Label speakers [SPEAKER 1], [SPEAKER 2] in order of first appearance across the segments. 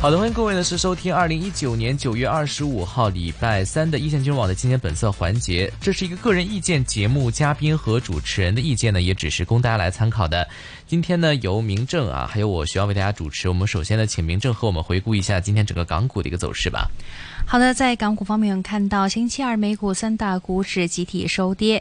[SPEAKER 1] 好的，欢迎各位呢是收听二零一九年九月二十五号礼拜三的一线金融网的今天本色环节。这是一个个人意见节目，嘉宾和主持人的意见呢也只是供大家来参考的。今天呢由明正啊，还有我需要为大家主持。我们首先呢请明正和我们回顾一下今天整个港股的一个走势吧。
[SPEAKER 2] 好的，在港股方面，我们看到星期二美股三大股指集体收跌。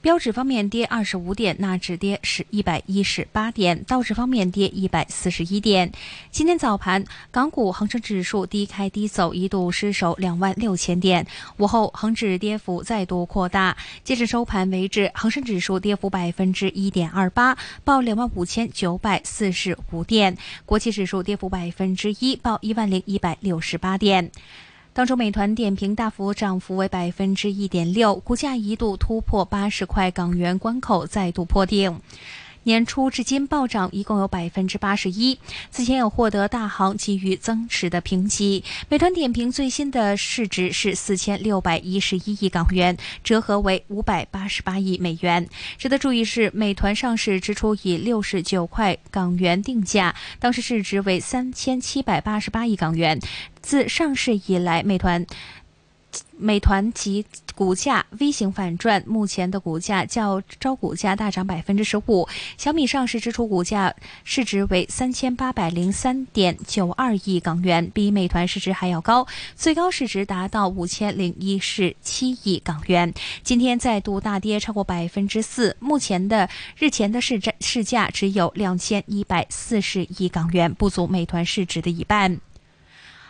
[SPEAKER 2] 标指方面跌二十五点，纳指跌是一百一十八点，道指方面跌一百四十一点。今天早盘，港股恒生指数低开低走，一度失守两万六千点。午后，恒指跌幅再度扩大，截至收盘为止，恒生指数跌幅百分之一点二八，报两万五千九百四十五点；国企指数跌幅百分之一，报一万零一百六十八点。当中，美团点评大幅涨幅为百分之一点六，股价一度突破八十块港元关口，再度破顶。年初至今暴涨一共有百分之八十一，此前也获得大行给予增持的评级。美团点评最新的市值是四千六百一十一亿港元，折合为五百八十八亿美元。值得注意是，美团上市之初以六十九块港元定价，当时市值为三千七百八十八亿港元。自上市以来，美团。美团及股价 V 型反转，目前的股价较招股价大涨百分之十五。小米上市之初股价市值为三千八百零三点九二亿港元，比美团市值还要高，最高市值达到五千零一十七亿港元。今天再度大跌超过百分之四，目前的日前的市价市价只有两千一百四十亿港元，不足美团市值的一半。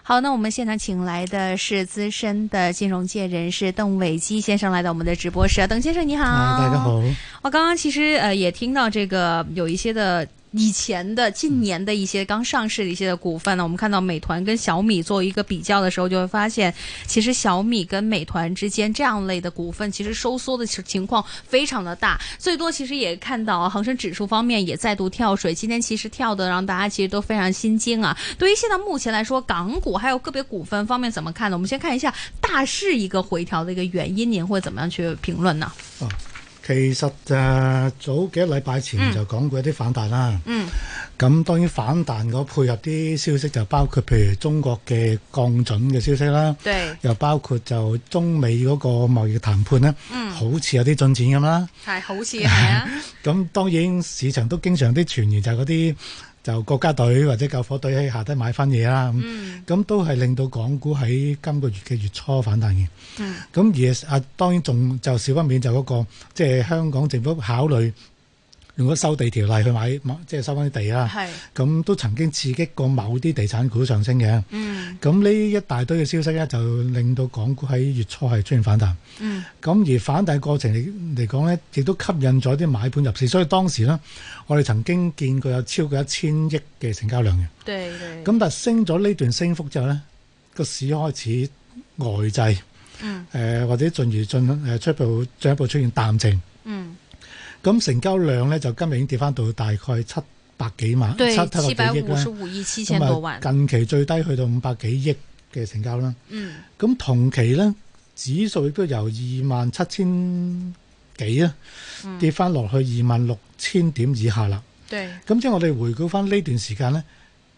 [SPEAKER 2] 好，那我们现场请来的是资深的金融界人士邓伟基先生，来到我们的直播室。邓先生，你好。
[SPEAKER 3] 啊，大家好。
[SPEAKER 2] 我刚刚其实呃也听到这个有一些的以前的近年的一些刚上市的一些的股份呢，我们看到美团跟小米做一个比较的时候，就会发现其实小米跟美团之间这样类的股份其实收缩的情情况非常的大，最多其实也看到啊恒生指数方面也再度跳水，今天其实跳的让大家其实都非常心惊啊。对于现在目前来说，港股还有个别股份方面怎么看呢？我们先看一下大市一个回调的一个原因，您会怎么样去评论呢？
[SPEAKER 3] 哦，其實誒、呃早幾個禮拜前就講過一啲反彈啦。
[SPEAKER 2] 嗯。
[SPEAKER 3] 咁當然反彈嗰配合啲消息就包括譬如中國嘅降準嘅消息啦，
[SPEAKER 2] 對，
[SPEAKER 3] 又包括就中美嗰個貿易談判咧，
[SPEAKER 2] 嗯
[SPEAKER 3] 好似有啲進展咁啦。
[SPEAKER 2] 係好 似係啊，
[SPEAKER 3] 咁當然市場都經常啲傳言就係嗰啲就國家隊或者救火隊喺下低買翻嘢啦，咁、咁都係令到港股喺今個月嘅月初反彈嘅。咁、而啊當然仲就少不免就嗰、個即係、香港政府考慮用咗收地條例去買買即係收翻啲地啦。
[SPEAKER 2] 係
[SPEAKER 3] 咁都曾經刺激過某啲地產股上升嘅。
[SPEAKER 2] 嗯
[SPEAKER 3] 咁呢一大堆嘅消息咧，就令到港股喺月初係出現反彈。
[SPEAKER 2] 嗯，
[SPEAKER 3] 咁而反彈過程嚟嚟講咧，亦都吸引咗啲買盤入市，所以當時咧，我哋曾經見過有超過一千億嘅成交量嘅。
[SPEAKER 2] 對對，
[SPEAKER 3] 咁但係升咗呢段升幅之後咧，個市開始呆滯，誒、
[SPEAKER 2] 嗯
[SPEAKER 3] 或者進而進誒、呃、出一步進一步出現淡靜。
[SPEAKER 2] 嗯，
[SPEAKER 3] 咁成交量咧就今日已經跌翻到大概七百幾萬，
[SPEAKER 2] 對，
[SPEAKER 3] 七
[SPEAKER 2] 七
[SPEAKER 3] 七
[SPEAKER 2] 百
[SPEAKER 3] 百幾億
[SPEAKER 2] 五
[SPEAKER 3] 啦
[SPEAKER 2] 十。五亿七千
[SPEAKER 3] 咁
[SPEAKER 2] 多
[SPEAKER 3] 啊
[SPEAKER 2] 万，
[SPEAKER 3] 近期最低去到五百幾億嘅成交啦。
[SPEAKER 2] 嗯
[SPEAKER 3] 咁同期咧，指數亦都由二萬七千幾啊，跌翻落去二萬六千點以下啦。
[SPEAKER 2] 對，
[SPEAKER 3] 咁即係我哋回顧翻呢段時間咧，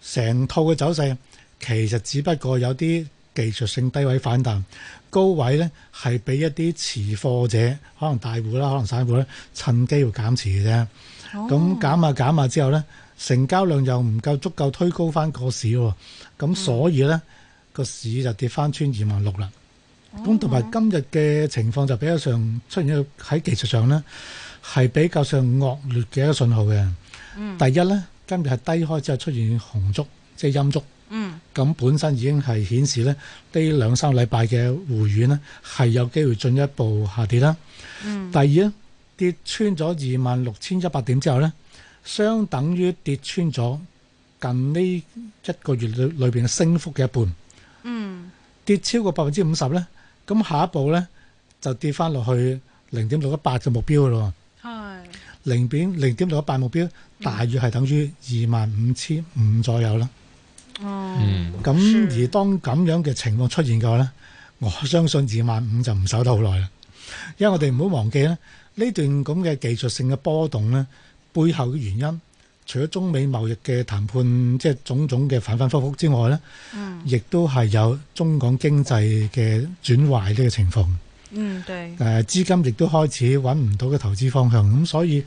[SPEAKER 3] 成套嘅走勢其實只不過有啲技術性低位反彈，高位咧係俾一啲持貨者，可能大戶啦，可能散戶咧，趁機會減持嘅啫。咁減下減下之後咧，成交量又唔夠足夠推高翻個市喎，咁所以咧個市就跌翻穿二萬六啦。咁同埋今日嘅情況就比較上出現咗喺技術上咧係比較上惡劣嘅一個信號嘅。第一咧，今日係低開之後出現紅燭，即係陰燭。
[SPEAKER 2] 嗯
[SPEAKER 3] 咁本身已經係顯示咧，呢兩三個禮拜嘅回軟咧係有機會進一步下跌啦。第二咧，跌穿咗二萬六千一百點之後咧，相等於跌穿咗近呢一個月裏裏邊嘅升幅嘅一半。
[SPEAKER 2] 嗯
[SPEAKER 3] 跌超過百分之五十咧，咁下一步咧就跌翻落去零點六一八嘅目標咯。
[SPEAKER 2] 係
[SPEAKER 3] 零點零點六一八目標大約係等於二萬五千五左右啦。
[SPEAKER 2] 哦，
[SPEAKER 1] 嗯
[SPEAKER 3] 咁
[SPEAKER 2] 是
[SPEAKER 3] 而當咁樣嘅情況出現嘅話咧，我相信二萬五就唔守得好耐啦。因為我哋唔好忘記咧，呢段咁嘅技術性嘅波動咧，背後嘅原因，除咗中美貿易嘅談判，即係種種嘅反反覆覆之外咧，
[SPEAKER 2] 嗯
[SPEAKER 3] 亦都係有中港經濟嘅轉壞呢個情況。
[SPEAKER 2] 嗯，对，
[SPEAKER 3] 誒資金亦都開始揾唔到嘅投資方向，咁所以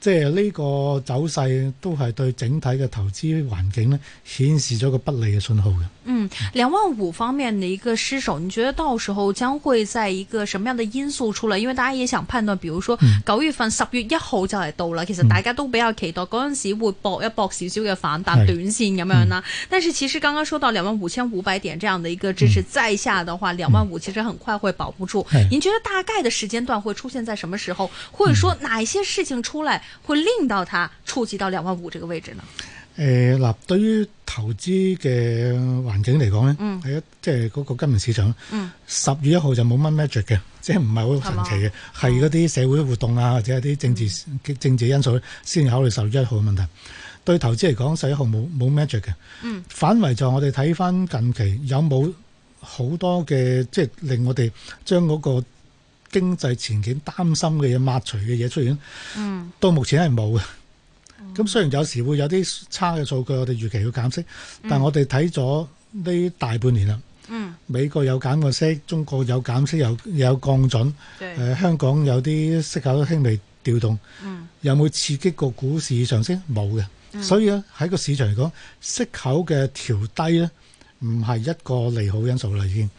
[SPEAKER 3] 即係呢個走勢都係對整體嘅投資環境咧顯示咗個不利嘅信號嘅。
[SPEAKER 2] 嗯，两万五方面的一个失守，你觉得到时候将会在一个什么样的因素出嚟？因为大家也想判断，比如说
[SPEAKER 3] 嗯
[SPEAKER 2] 九月份、十月一號就嚟到啦，其實大家都比較期待嗰陣時會搏一搏少少嘅反彈，
[SPEAKER 3] 係
[SPEAKER 2] 短線咁樣啦。但是其實剛剛說到兩萬五千五百點這樣的一個支持，再下的話兩萬五其實很快會保不住。
[SPEAKER 3] 係
[SPEAKER 2] 您覺得大概的時間段會出現在什麼時候，或者說哪一些事情出來會令到它觸及到兩萬五這個位置呢？
[SPEAKER 3] 誒呃嗱，對於投資嘅環境嚟講咧，係、
[SPEAKER 2] 嗯
[SPEAKER 3] 一即係嗰個金融市場
[SPEAKER 2] 嗯，
[SPEAKER 3] 十月一號就冇乜 magic 嘅，即係唔係好神奇嘅，係嗰啲社會活動
[SPEAKER 2] 嗯
[SPEAKER 3] 啊，或者係啲政治、政治因素咧先考慮十月一號嘅問題。對投資嚟講，十一號冇冇 magic 嘅。
[SPEAKER 2] 嗯，
[SPEAKER 3] 反為就我哋睇翻近期有冇好多嘅，即係令我哋將嗰個經濟前景擔心嘅嘢抹除嘅嘢出現。
[SPEAKER 2] 嗯，哦
[SPEAKER 3] 到目前係冇嘅。咁雖然有時會有啲差嘅數據，我哋預期要減息，但我哋睇咗呢大半年啦。
[SPEAKER 2] 嗯，
[SPEAKER 3] 美國有減過息，中國有減息，有有降準。
[SPEAKER 2] 對
[SPEAKER 3] 誒、香港有啲息口輕微調動，
[SPEAKER 2] 嗯
[SPEAKER 3] 有冇刺激個股市上升？冇嘅，所以咧喺個市場嚟講，息口嘅調低咧唔係一個利好因素啦，已經，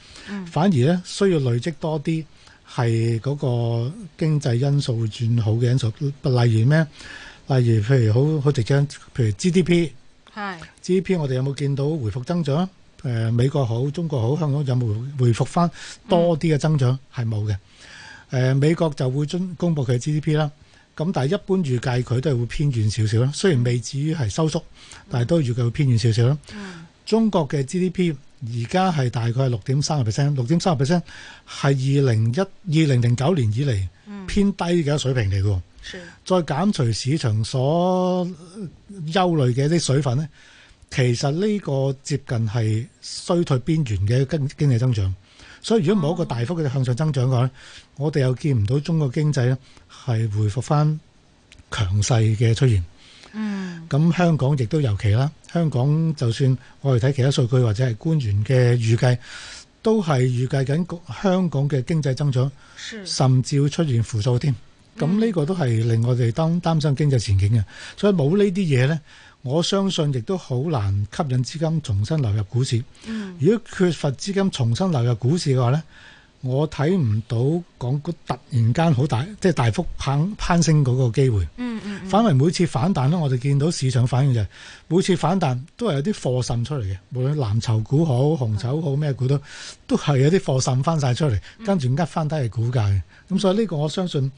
[SPEAKER 3] 反而咧需要累積多啲係嗰個經濟因素轉好嘅因素，例如咩？例如譬如好好直接，譬如 GDP。
[SPEAKER 2] 係
[SPEAKER 3] GDP 我哋有冇見到回復增長？誒、美國好，中國好，香港有冇回回復翻多啲嘅增長？係冇嘅。誒、美國就會公公佈佢嘅 GDP 啦。咁但係一般預計佢都係會偏遠少少啦。雖然未至於係收縮，但係都預計會偏遠少少啦。中國嘅 GDP 而家係大概係六點三個 percent，六點三個 percent 係二零一二零零九年以嚟偏低嘅水平嚟嘅喎。
[SPEAKER 2] 是
[SPEAKER 3] 再減除市場所憂慮嘅一啲水分咧，其實呢個接近係衰退邊緣嘅經經濟增長。所以如果冇一個大幅嘅向上增長嘅話咧，我哋又見唔到中國經濟咧係回復翻強勢嘅出現。
[SPEAKER 2] 嗯
[SPEAKER 3] 咁香港亦都尤其啦，香港就算我哋睇其他數據或者係官員嘅預計，都係預計緊個香港嘅經濟增長。
[SPEAKER 2] 是
[SPEAKER 3] 甚至會出現負數添。咁呢個都係令我哋擔擔心經濟前景嘅，所以冇呢啲嘢呢，我相信亦都好難吸引資金重新流入股市。如果缺乏資金重新流入股市嘅話呢，我睇唔到港股突然間好大，即係大幅攀攀升嗰個機會。
[SPEAKER 2] 嗯嗯
[SPEAKER 3] 反為每次反彈呢，我哋見到市場反應就係、每次反彈都係有啲貨滲出嚟嘅，無論藍籌股好、紅籌好咩股都都係有啲貨滲翻晒出嚟，
[SPEAKER 2] 嗯
[SPEAKER 3] 跟住呃翻低係股價嘅。咁所以呢個我相信誒、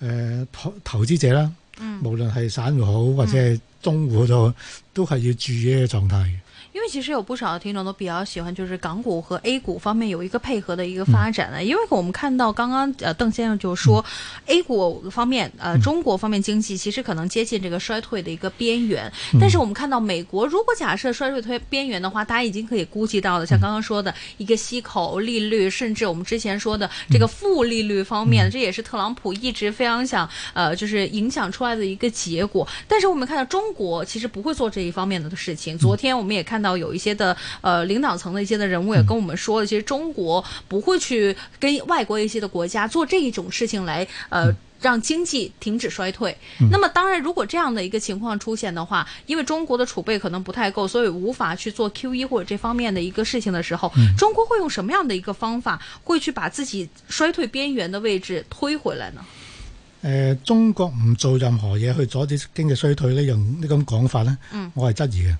[SPEAKER 3] 呃投投資者啦，
[SPEAKER 2] 嗯
[SPEAKER 3] 無論係散戶好或者係中戶都好，都係要注意呢個狀態嘅。
[SPEAKER 2] 因为其实有不少的听众都比较喜欢，就是港股和 A 股方面有一个配合的一个发展呢。啊因为我们看到刚刚呃邓先生就说、a 股方面呃中国方面经济其实可能接近这个衰退的一个边缘，但是我们看到美国如果假设衰退推边缘的话，大家已经可以估计到了，像刚刚说的一个息口利率，甚至我们之前说的这个负利率方面，这也是特朗普一直非常想呃就是影响出来的一个结果。但是我们看到中国其实不会做这一方面的事情。昨天我们也看到有一些的呃领导层的一些的人物也跟我们说了，其实中国不会去跟外国一些的国家做这一种事情来呃。让经济停止衰退。那么，当然，如果这样的一个情况出现的话，因为中国的储备可能不太够，所以无法去做 QE 或者这方面的一个事情的时候，中国会用什么样的一个方法，会去把自己衰退边缘的位置推回来呢？
[SPEAKER 3] 誒、呃中國唔做任何嘢去阻止經濟衰退呢樣呢咁講法呢，
[SPEAKER 2] 嗯哦
[SPEAKER 3] 我係質疑嘅，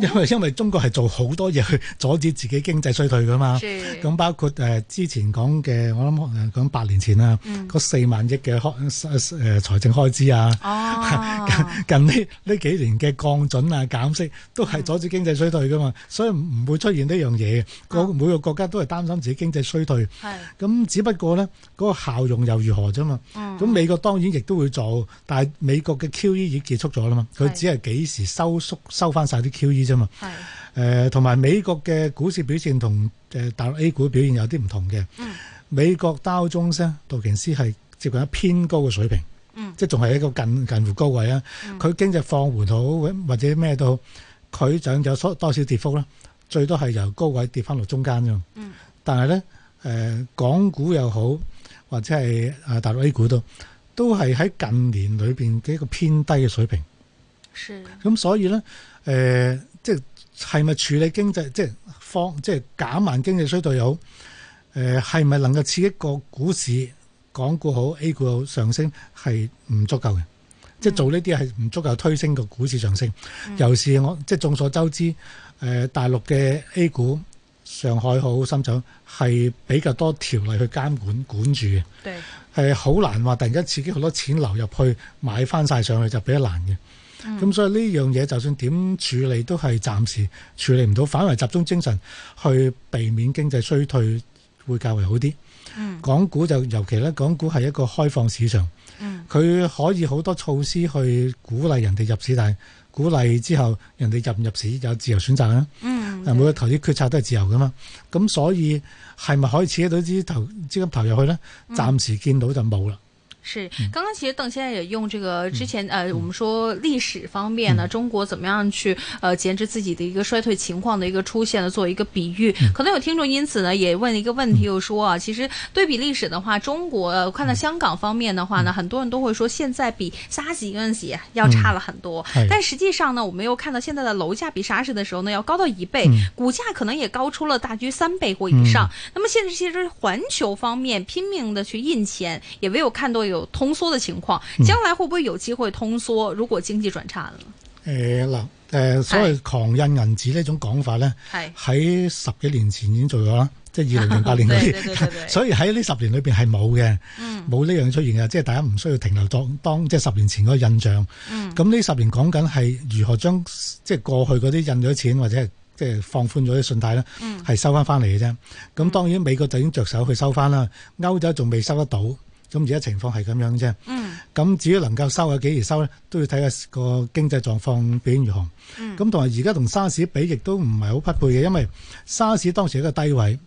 [SPEAKER 3] 因為 因為中國係做好多嘢去阻止自己經濟衰退噶嘛。
[SPEAKER 2] 是
[SPEAKER 3] 咁包括誒、呃之前講嘅，我諗誒講八年前啦，嗰四、萬億嘅開誒財政開支啊，
[SPEAKER 2] 嗯哦，
[SPEAKER 3] 近呢呢幾年嘅降準啊、減息都係阻
[SPEAKER 2] 嗯
[SPEAKER 3] 止經濟衰退噶嘛，所以唔會出現呢樣嘢嘅。個
[SPEAKER 2] 哦
[SPEAKER 3] 每個國家都係擔心自己經濟衰退。
[SPEAKER 2] 係
[SPEAKER 3] 咁只不過呢嗰、個效用又如何啫嘛？咁、美國當然亦都會做，但係 E 美國嘅 QE 已經結束咗啦嘛，佢
[SPEAKER 2] 係
[SPEAKER 3] 只係幾時收縮收翻晒啲 QE 啫嘛。
[SPEAKER 2] 係
[SPEAKER 3] 誒、誒同埋美國嘅股市表現同誒大陸 A 股表現有啲唔同嘅。
[SPEAKER 2] 嗯
[SPEAKER 3] 美國道瓊斯咧，道瓊斯係接近一偏高嘅水平，
[SPEAKER 2] 嗯
[SPEAKER 3] 即係仲係一個近近乎高位啊。佢、經濟放緩好或者咩都好，佢就有所多少跌幅啦，最多係由高位跌翻落中間啫。
[SPEAKER 2] 嗯
[SPEAKER 3] 但係咧，誒、港股又好，或者係誒大陸 A 股都都係喺近年裏邊嘅一個偏低嘅水平。
[SPEAKER 2] 是，
[SPEAKER 3] 咁所以咧，誒、即係係咪處理經濟，即係方，即係減慢經濟衰退又好，誒係咪能夠刺激個股市、港股好、A 股好上升係唔足夠嘅？即係做呢啲係唔足夠推升個股市上升。尤其是我即係眾所周知，誒、呃大陸嘅 A 股、上海好、深圳好係比較多條例去監管管住嘅。
[SPEAKER 2] 對，
[SPEAKER 3] 係呃好難話突然間刺激好多錢流入去買翻晒上去就比較難嘅。
[SPEAKER 2] 嗯
[SPEAKER 3] 咁、所以呢樣嘢就算點處理都係暫時處理唔到，反為集中精神去避免經濟衰退會較為好啲。
[SPEAKER 2] 嗯
[SPEAKER 3] 港股就尤其咧，港股係一個開放市場，
[SPEAKER 2] 嗯
[SPEAKER 3] 佢可以好多措施去鼓勵人哋入市，但係鼓勵之後人哋入唔入市有自由選擇啦。
[SPEAKER 2] 嗯
[SPEAKER 3] 啊嗱，每個投資決策都係自由噶嘛，咁所以係咪可以刺激到啲投資金投入去咧？暫時見到就冇啦。
[SPEAKER 2] 是，刚刚其实邓先生也用这个之前、呃，我们说历史方面呢，中国怎么样去呃减制自己的一个衰退情况的一个出现呢，做一个比喻。可能有听众因此呢也问一个问题，又说啊，其实对比历史的话，中国、呃、看到香港方面的话呢，很多人都会说现在比沙士嗰阵时啊要差了很多，
[SPEAKER 3] 嗯是
[SPEAKER 2] 但实际上呢，我们又看到现在的楼价比沙士的时候呢要高到一倍，
[SPEAKER 3] 嗯
[SPEAKER 2] 股价可能也高出了大约三倍或以上。那么现在其实环球方面拼命的去印钱，也没有看到有通缩的情况。将来会不会有机会通缩？如果经济转差了，
[SPEAKER 3] 誒嗱誒，所謂狂印銀紙呢種講法咧，
[SPEAKER 2] 係
[SPEAKER 3] 喺十幾年前已經做咗啦，即係二零零八年嗰
[SPEAKER 2] 對對對對對
[SPEAKER 3] 啲，所以喺呢十年裏邊係冇嘅，冇呢樣出現嘅，即係大家唔需要停留當當即係十年前嗰個印象。咁呢十年講緊係如何將即係過去嗰啲印咗錢或者係即係放寬咗啲信貸咧，係收翻翻嚟嘅啫。咁當然美國就已經着手去收翻啦，歐洲仲未收得到，咁而家情況係咁樣啫。
[SPEAKER 2] 嗯
[SPEAKER 3] 咁至於能夠收有幾時收咧，都要睇下個經濟狀況表現如何。咁同埋而家同沙士比，亦都唔係好匹配嘅，因為沙士當時係一個低位，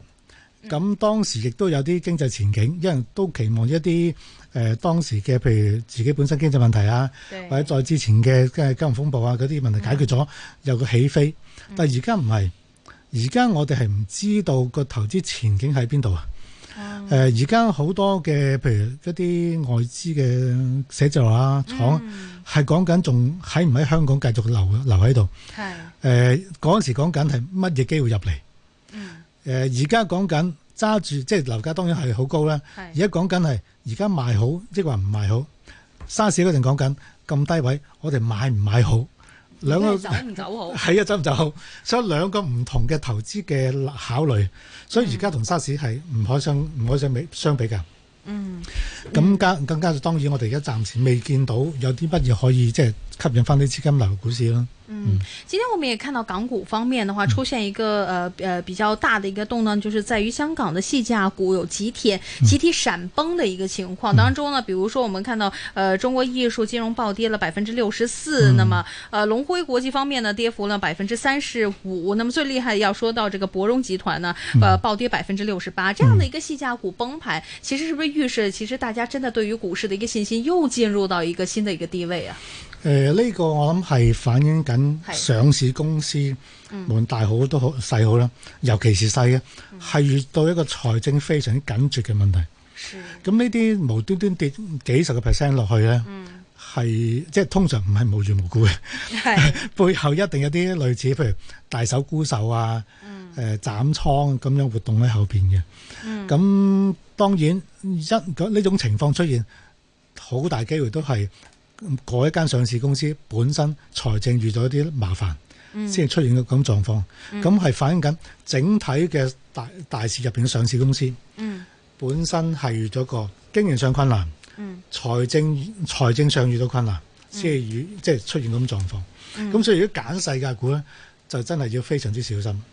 [SPEAKER 3] 咁當時亦都有啲經濟前景，因為都期望一啲誒、呃、當時嘅譬如自己本身經濟問題啊，
[SPEAKER 2] 對
[SPEAKER 3] 或者再之前嘅嘅金融風暴啊嗰啲問題解決咗，有個起飛。但係而家唔係，而家我哋係唔知道個投資前景喺邊度啊！誒而家好多嘅，譬如一啲外資嘅寫字樓啊、廠，係講緊仲喺唔喺香港繼續留留喺度。
[SPEAKER 2] 係
[SPEAKER 3] 誒呃嗰陣時講緊係乜嘢機會入嚟？
[SPEAKER 2] 嗯
[SPEAKER 3] 呃誒而家講緊揸住，即係樓價當然係好高啦。
[SPEAKER 2] 係
[SPEAKER 3] 而家講緊係而家賣好，即係話唔賣好。沙士嗰陣講緊咁低位，我哋買唔買好？兩個
[SPEAKER 2] 走唔走好？
[SPEAKER 3] 係啊，走唔走好？所以兩個唔同嘅投資嘅考慮，所以而家同沙士係唔可相唔可相比相比㗎。
[SPEAKER 2] 嗯
[SPEAKER 3] 咁加更加當然，我哋而家暫時未見到有啲乜嘢可以即係吸引翻啲資金流入股市啦。
[SPEAKER 2] 嗯，今天我们也看到港股方面的话，出现一个呃呃比较大的一个动荡，就是在于香港的细价股有集体集体闪崩的一个情况当中呢，比如说我们看到呃中国艺术金融暴跌了百分之六十四，那么呃龙辉国际方面呢跌幅呢百分之三十五，那么最厉害要说到这个博荣集团呢，呃暴跌百分之六十八，这样的一个细价股崩盘，其实是不是预示其实大家真的对于股市的一个信心又进入到一个新的一个低位啊？
[SPEAKER 3] 誒、呃呢、個我諗係反映緊
[SPEAKER 2] 係嗯
[SPEAKER 3] 上市公司，無論大好都好細好啦，尤其是細嘅，係遇到一個財政非常之緊絀嘅問題。
[SPEAKER 2] 是，
[SPEAKER 3] 咁呢啲無端端跌幾十個 percent 落去咧，
[SPEAKER 2] 嗯
[SPEAKER 3] 係即係通常唔係無緣無故嘅。
[SPEAKER 2] 哎
[SPEAKER 3] 背後一定有啲類似，譬如大手沽售啊、
[SPEAKER 2] 嗯
[SPEAKER 3] 誒、斬倉咁樣活動喺後邊嘅。
[SPEAKER 2] 嗯
[SPEAKER 3] 咁、當然一呢種情況出現，好大機會都係嗰一間上市公司本身財政遇到一啲麻煩，
[SPEAKER 2] 嗯
[SPEAKER 3] 先至出現咁狀況。咁係、反映緊整體嘅大大市入邊嘅上市公司
[SPEAKER 2] 嗯
[SPEAKER 3] 本身係遇咗個經營上困難。
[SPEAKER 2] 嗯
[SPEAKER 3] 財政財政上遇到困難，先係遇即係出現咁狀況。咁、所以如果揀細價股咧，就真係要非常之小心。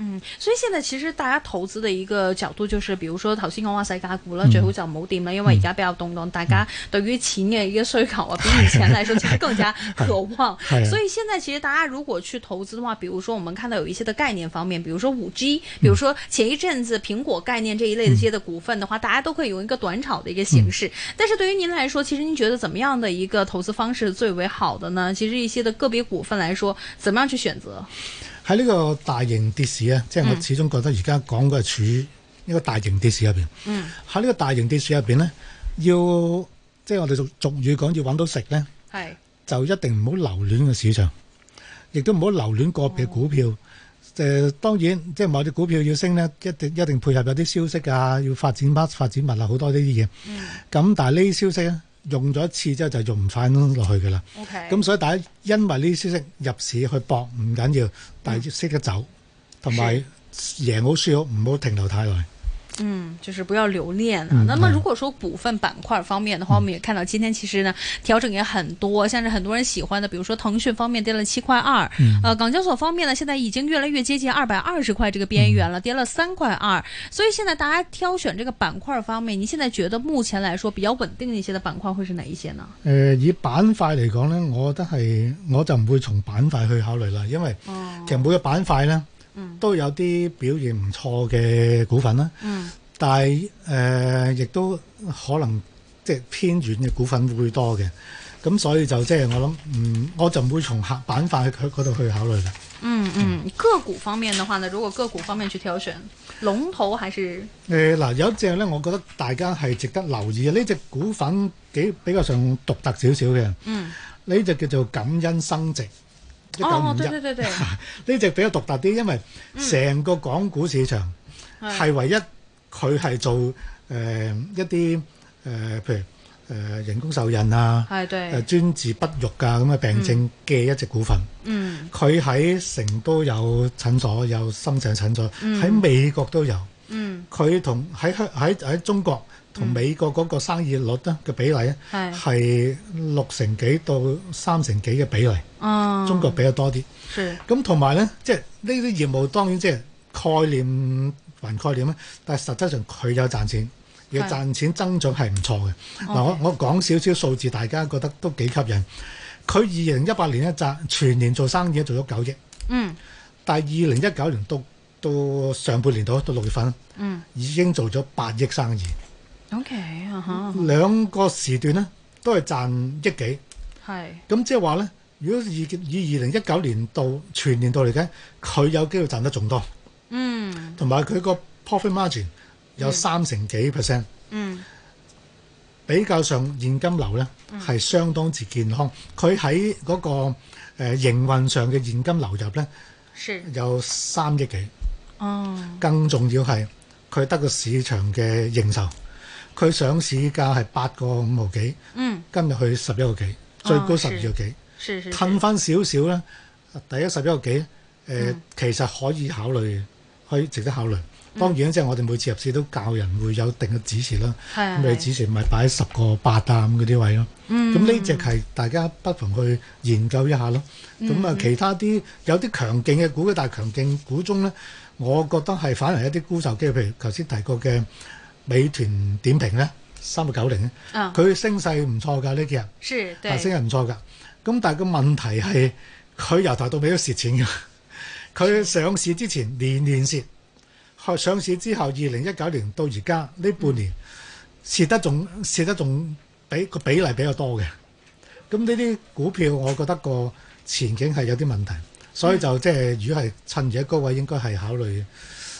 [SPEAKER 2] 嗯，所以現在其實大家投資嘅一個角度就是，比如說頭先講話細價股
[SPEAKER 3] 嗯
[SPEAKER 2] 啦，最好就唔好掂啦，因為而家比較動盪，大家對於錢嘅一個需求啊，比以前來說其實更加渴望
[SPEAKER 3] 是。啊
[SPEAKER 2] 所以現在其實大家如果去投資的話，比如說我們看到有一些的概念方面，比如說五 G，比
[SPEAKER 3] 嗯
[SPEAKER 2] 如說前一陣子蘋果概念這一類的一些的股份的話，大家都可以用一個短炒的一個
[SPEAKER 3] 嗯
[SPEAKER 2] 形式。但是對於您來說，其實您覺得怎麼樣的一個投資方式最為好的呢？其實一些的個別股份來說，怎麼樣去選擇？
[SPEAKER 3] 喺呢個大型跌市啊，即係我始終覺得而家講嘅係處於呢個大型跌市入邊。
[SPEAKER 2] 嗯，
[SPEAKER 3] 喺呢個大型跌市入邊咧，要即係我哋俗俗語講要揾到食咧，
[SPEAKER 2] 係。
[SPEAKER 3] 就一定唔好留戀個市場，亦都唔好留戀個別股票。誒、當然，即係某啲股票要升咧，一定一定配合有啲消息啊，要發展乜發展物啊，好多呢啲嘢。咁、但係呢啲消息咧，用咗一次之後就用唔翻落去㗎啦。
[SPEAKER 2] OK，
[SPEAKER 3] 咁所以大家因為呢啲消息入市去搏唔緊要，但係要識得走，同埋贏好輸好，唔好停留太耐。
[SPEAKER 2] 嗯，就是不要留恋啊。
[SPEAKER 3] 嗯
[SPEAKER 2] 那么
[SPEAKER 3] 嗯
[SPEAKER 2] 如果说股份板块方面的话，我们也看到今天其实呢调整也很多，像是很多人喜欢的，比如说腾讯方面跌了七块二、
[SPEAKER 3] 嗯
[SPEAKER 2] 呃，港交所方面呢现在已经越来越接近二百二十块这个边
[SPEAKER 3] 嗯
[SPEAKER 2] 缘了，跌了三块二。所以现在大家挑选这个板块方面，你现在觉得目前来说比较稳定的一些的板块会是哪一些呢？
[SPEAKER 3] 誒、以板塊嚟講咧，我覺得係我就唔會從板塊去考慮啦，因為
[SPEAKER 2] 哦，
[SPEAKER 3] 其實每個板塊咧
[SPEAKER 2] 嗯
[SPEAKER 3] 都有啲表現唔錯嘅股份啦，
[SPEAKER 2] 嗯
[SPEAKER 3] 但係誒、亦都可能即係偏遠嘅股份會多嘅，咁所以就即係我諗，嗯，我就唔會從客板塊去嗰度去考慮啦。
[SPEAKER 2] 嗯嗯，个股方面的话呢，如果个股方面去挑选，龙头还是
[SPEAKER 3] 誒呃嗱、有一隻咧，我覺得大家係值得留意嘅。呢只股份幾比較上獨特少少嘅，
[SPEAKER 2] 嗯
[SPEAKER 3] 呢只叫做感恩生殖一九
[SPEAKER 2] 哦
[SPEAKER 3] 五，
[SPEAKER 2] 对对
[SPEAKER 3] 一。
[SPEAKER 2] 对 对，
[SPEAKER 3] 呢只比較獨特啲，因為
[SPEAKER 2] 嗯
[SPEAKER 3] 成個港股市場係唯一佢係做誒、呃一啲誒、呃譬如誒、呃人工受孕啊、
[SPEAKER 2] 系
[SPEAKER 3] 誒、
[SPEAKER 2] 哎对，
[SPEAKER 3] 專治不育啊咁嘅病症嘅一隻股份。
[SPEAKER 2] 嗯。
[SPEAKER 3] 佢喺成都有診所，有深圳診所，
[SPEAKER 2] 嗯
[SPEAKER 3] 喺、美國都有。
[SPEAKER 2] 嗯，
[SPEAKER 3] 佢同喺香喺喺中國同美國嗰個生意率咧嘅比例咧，
[SPEAKER 2] 係，
[SPEAKER 3] 係六成幾到三成幾嘅比例，
[SPEAKER 2] 嗯，
[SPEAKER 3] 中國比較多啲。
[SPEAKER 2] 是，
[SPEAKER 3] 咁同埋咧，即係呢啲業務當然即係概念還概念咧，但係實質上佢有賺錢，而
[SPEAKER 2] 係
[SPEAKER 3] 賺錢增長係唔錯嘅。嗱，我
[SPEAKER 2] OK
[SPEAKER 3] 我講少少數字，大家覺得都幾吸引。佢二零一八年咧賺全年做生意做咗九億，
[SPEAKER 2] 嗯
[SPEAKER 3] 但係二零一九年到到上半年度到六月份
[SPEAKER 2] 嗯
[SPEAKER 3] 已經做咗八億生意。
[SPEAKER 2] ，OK 啊哈，
[SPEAKER 3] 兩個時段咧都係賺億幾，
[SPEAKER 2] 係，
[SPEAKER 3] 咁即係話咧，如果以以二零一九年度全年度嚟計，佢有機會賺得仲多，
[SPEAKER 2] 嗯
[SPEAKER 3] 同埋佢個 profit margin 有
[SPEAKER 2] 嗯
[SPEAKER 3] 三成幾 percent，
[SPEAKER 2] 嗯
[SPEAKER 3] 比較上現金流咧係相當之健康。佢喺嗰個誒、呃、營運上嘅現金流入咧
[SPEAKER 2] 是，
[SPEAKER 3] 有三億幾，
[SPEAKER 2] 哦
[SPEAKER 3] 更重要係佢得個市場嘅認受，佢上市價係八個五毫幾，
[SPEAKER 2] 嗯
[SPEAKER 3] 今日去十一個幾，最高
[SPEAKER 2] 哦
[SPEAKER 3] 十二個幾。
[SPEAKER 2] 是是，
[SPEAKER 3] 褪
[SPEAKER 2] 是
[SPEAKER 3] 翻少少咧，第一十一個幾，誒、
[SPEAKER 2] 嗯
[SPEAKER 3] 其實可以考慮嘅，可以值得考慮。當然即係我哋每次入市都教人會有定嘅指示啦。
[SPEAKER 2] 係
[SPEAKER 3] 咁你
[SPEAKER 2] 係
[SPEAKER 3] 指示咪擺十個八啊咁嗰啲位咯。
[SPEAKER 2] 嗯
[SPEAKER 3] 咁呢只係大家不妨去研究一下咯。
[SPEAKER 2] 嗯
[SPEAKER 3] 咁啊，其他啲有啲強勁嘅股嘅，但係強勁股中咧，我覺得係反而一啲沽售機，譬如頭先提過嘅美團點評咧，三六九零咧，
[SPEAKER 2] 啊，
[SPEAKER 3] 佢升勢唔錯㗎呢幾日。
[SPEAKER 2] 是
[SPEAKER 3] 大啊升
[SPEAKER 2] 對，
[SPEAKER 3] 係唔錯㗎。咁但係個問題係佢由頭到尾都蝕錢㗎。 佢上市之前年年蝕，去上市之後二零一九年到而家呢半年蝕得仲蝕得仲比個比例比較多嘅。咁呢啲股票我覺得個前景係有啲問題，所以就即係如果係趁而家高位，應該係考慮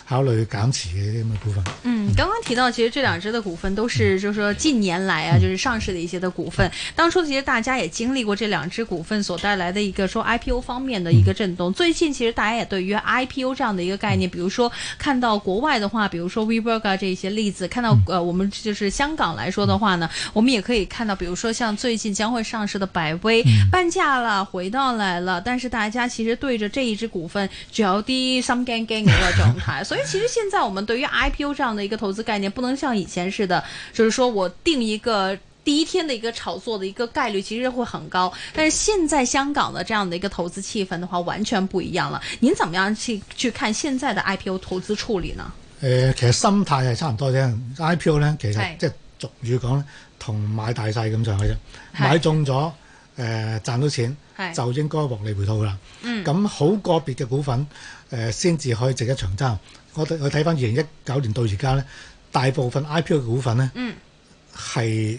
[SPEAKER 3] 考慮減持嘅咁嘅股份。
[SPEAKER 2] 嗯，剛剛提到，其實這兩隻的股份都是，就是說近年來啊，就是上市的一些的股份。当初其實大家也經歷過這兩隻股份所帶來的一個說 IPO 方面的一個震動。最近其實大家也對於 IPO 這樣的一個概念，比如說看到國外的話，比如說 WeWork 啊这些例子，看到呃我们就是香港来说的话呢，我们也可以看到，比如说像最近将会上市的百威半價啦，回到來了，但是大家其實對着這一隻股份仲有啲心驚驚嘅一個狀態。所以其實現在我們對於 IPO 這樣的一個投資概念，不能像以前似的，就是說我定一個。第一天的一个炒作的一个概率其实会很高。但是现在香港的这样的一个投资气氛的话，完全不一样了。您怎么样去去看现在的 IPO 投资处理呢？
[SPEAKER 3] 誒、呃其實心態係差唔多啫。IPO 咧，其
[SPEAKER 2] 係
[SPEAKER 3] 實即係俗語講咧，同買大細咁上去啫。
[SPEAKER 2] 係
[SPEAKER 3] 買中咗，誒、賺到錢
[SPEAKER 2] 係
[SPEAKER 3] 就應該獲利回吐啦。
[SPEAKER 2] 嗯
[SPEAKER 3] 咁好個別嘅股份誒，先、至可以值得長揸。我哋我睇翻二零一九年到而家咧，大部分 IPO 嘅股份咧
[SPEAKER 2] 嗯，
[SPEAKER 3] 係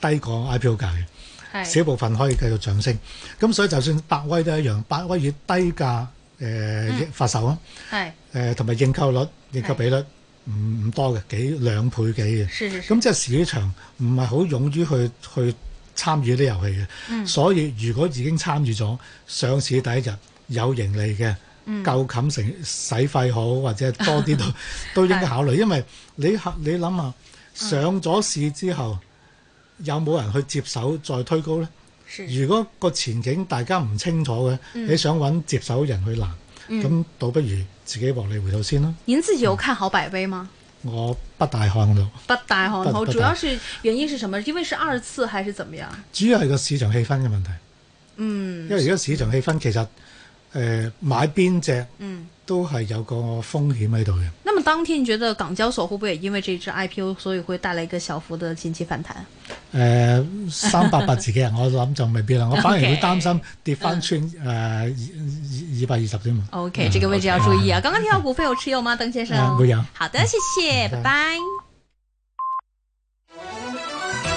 [SPEAKER 3] 低過 IPO 價嘅。
[SPEAKER 2] 係
[SPEAKER 3] 少部分可以繼續上升。咁所以就算百威都一樣，百威以低價誒、
[SPEAKER 2] 嗯
[SPEAKER 3] 發售啊，
[SPEAKER 2] 係
[SPEAKER 3] 誒同埋認購率、認購比率唔唔多嘅，幾兩倍幾嘅。
[SPEAKER 2] 是是是，
[SPEAKER 3] 咁即係市場唔係好勇於去去參與呢遊戲嘅。所以如果已經參與咗上市第一日有盈利嘅，夠冚成使費好或者多啲都都應該考慮，因為你考你諗下上咗市之後有冇人去接手再推高呢？
[SPEAKER 2] 是
[SPEAKER 3] 如果個前景大家唔清楚嘅，你想揾接手人去攔，咁倒不如自己獲利回頭先啦。
[SPEAKER 2] 您自己有看好百威吗？
[SPEAKER 3] 我不大看到。
[SPEAKER 2] 不大看好，
[SPEAKER 3] 不不大
[SPEAKER 2] 主要是原因是什么？因为是二次還是怎么样？
[SPEAKER 3] 主要係個市場氣氛嘅問題。嗯，因為而家市場氣氛其實誒、呃、買邊只
[SPEAKER 2] 嗯，
[SPEAKER 3] 都係有個風險喺度嘅。
[SPEAKER 2] 那么当天你觉得港交所会不会也因为这只 IPO，所以会带来一个小幅的近期反弹？
[SPEAKER 3] 誒呃三百八自己人，啊我諗就未必啦。我反而
[SPEAKER 2] OK
[SPEAKER 3] 會擔心跌翻穿誒二二二百二十點啊。
[SPEAKER 2] 嗯 OK，、这个位置要注意啊！刚刚提到股份有持有吗，邓先生？
[SPEAKER 3] 嗯没有
[SPEAKER 2] 好的，谢谢，
[SPEAKER 3] 嗯
[SPEAKER 2] 拜拜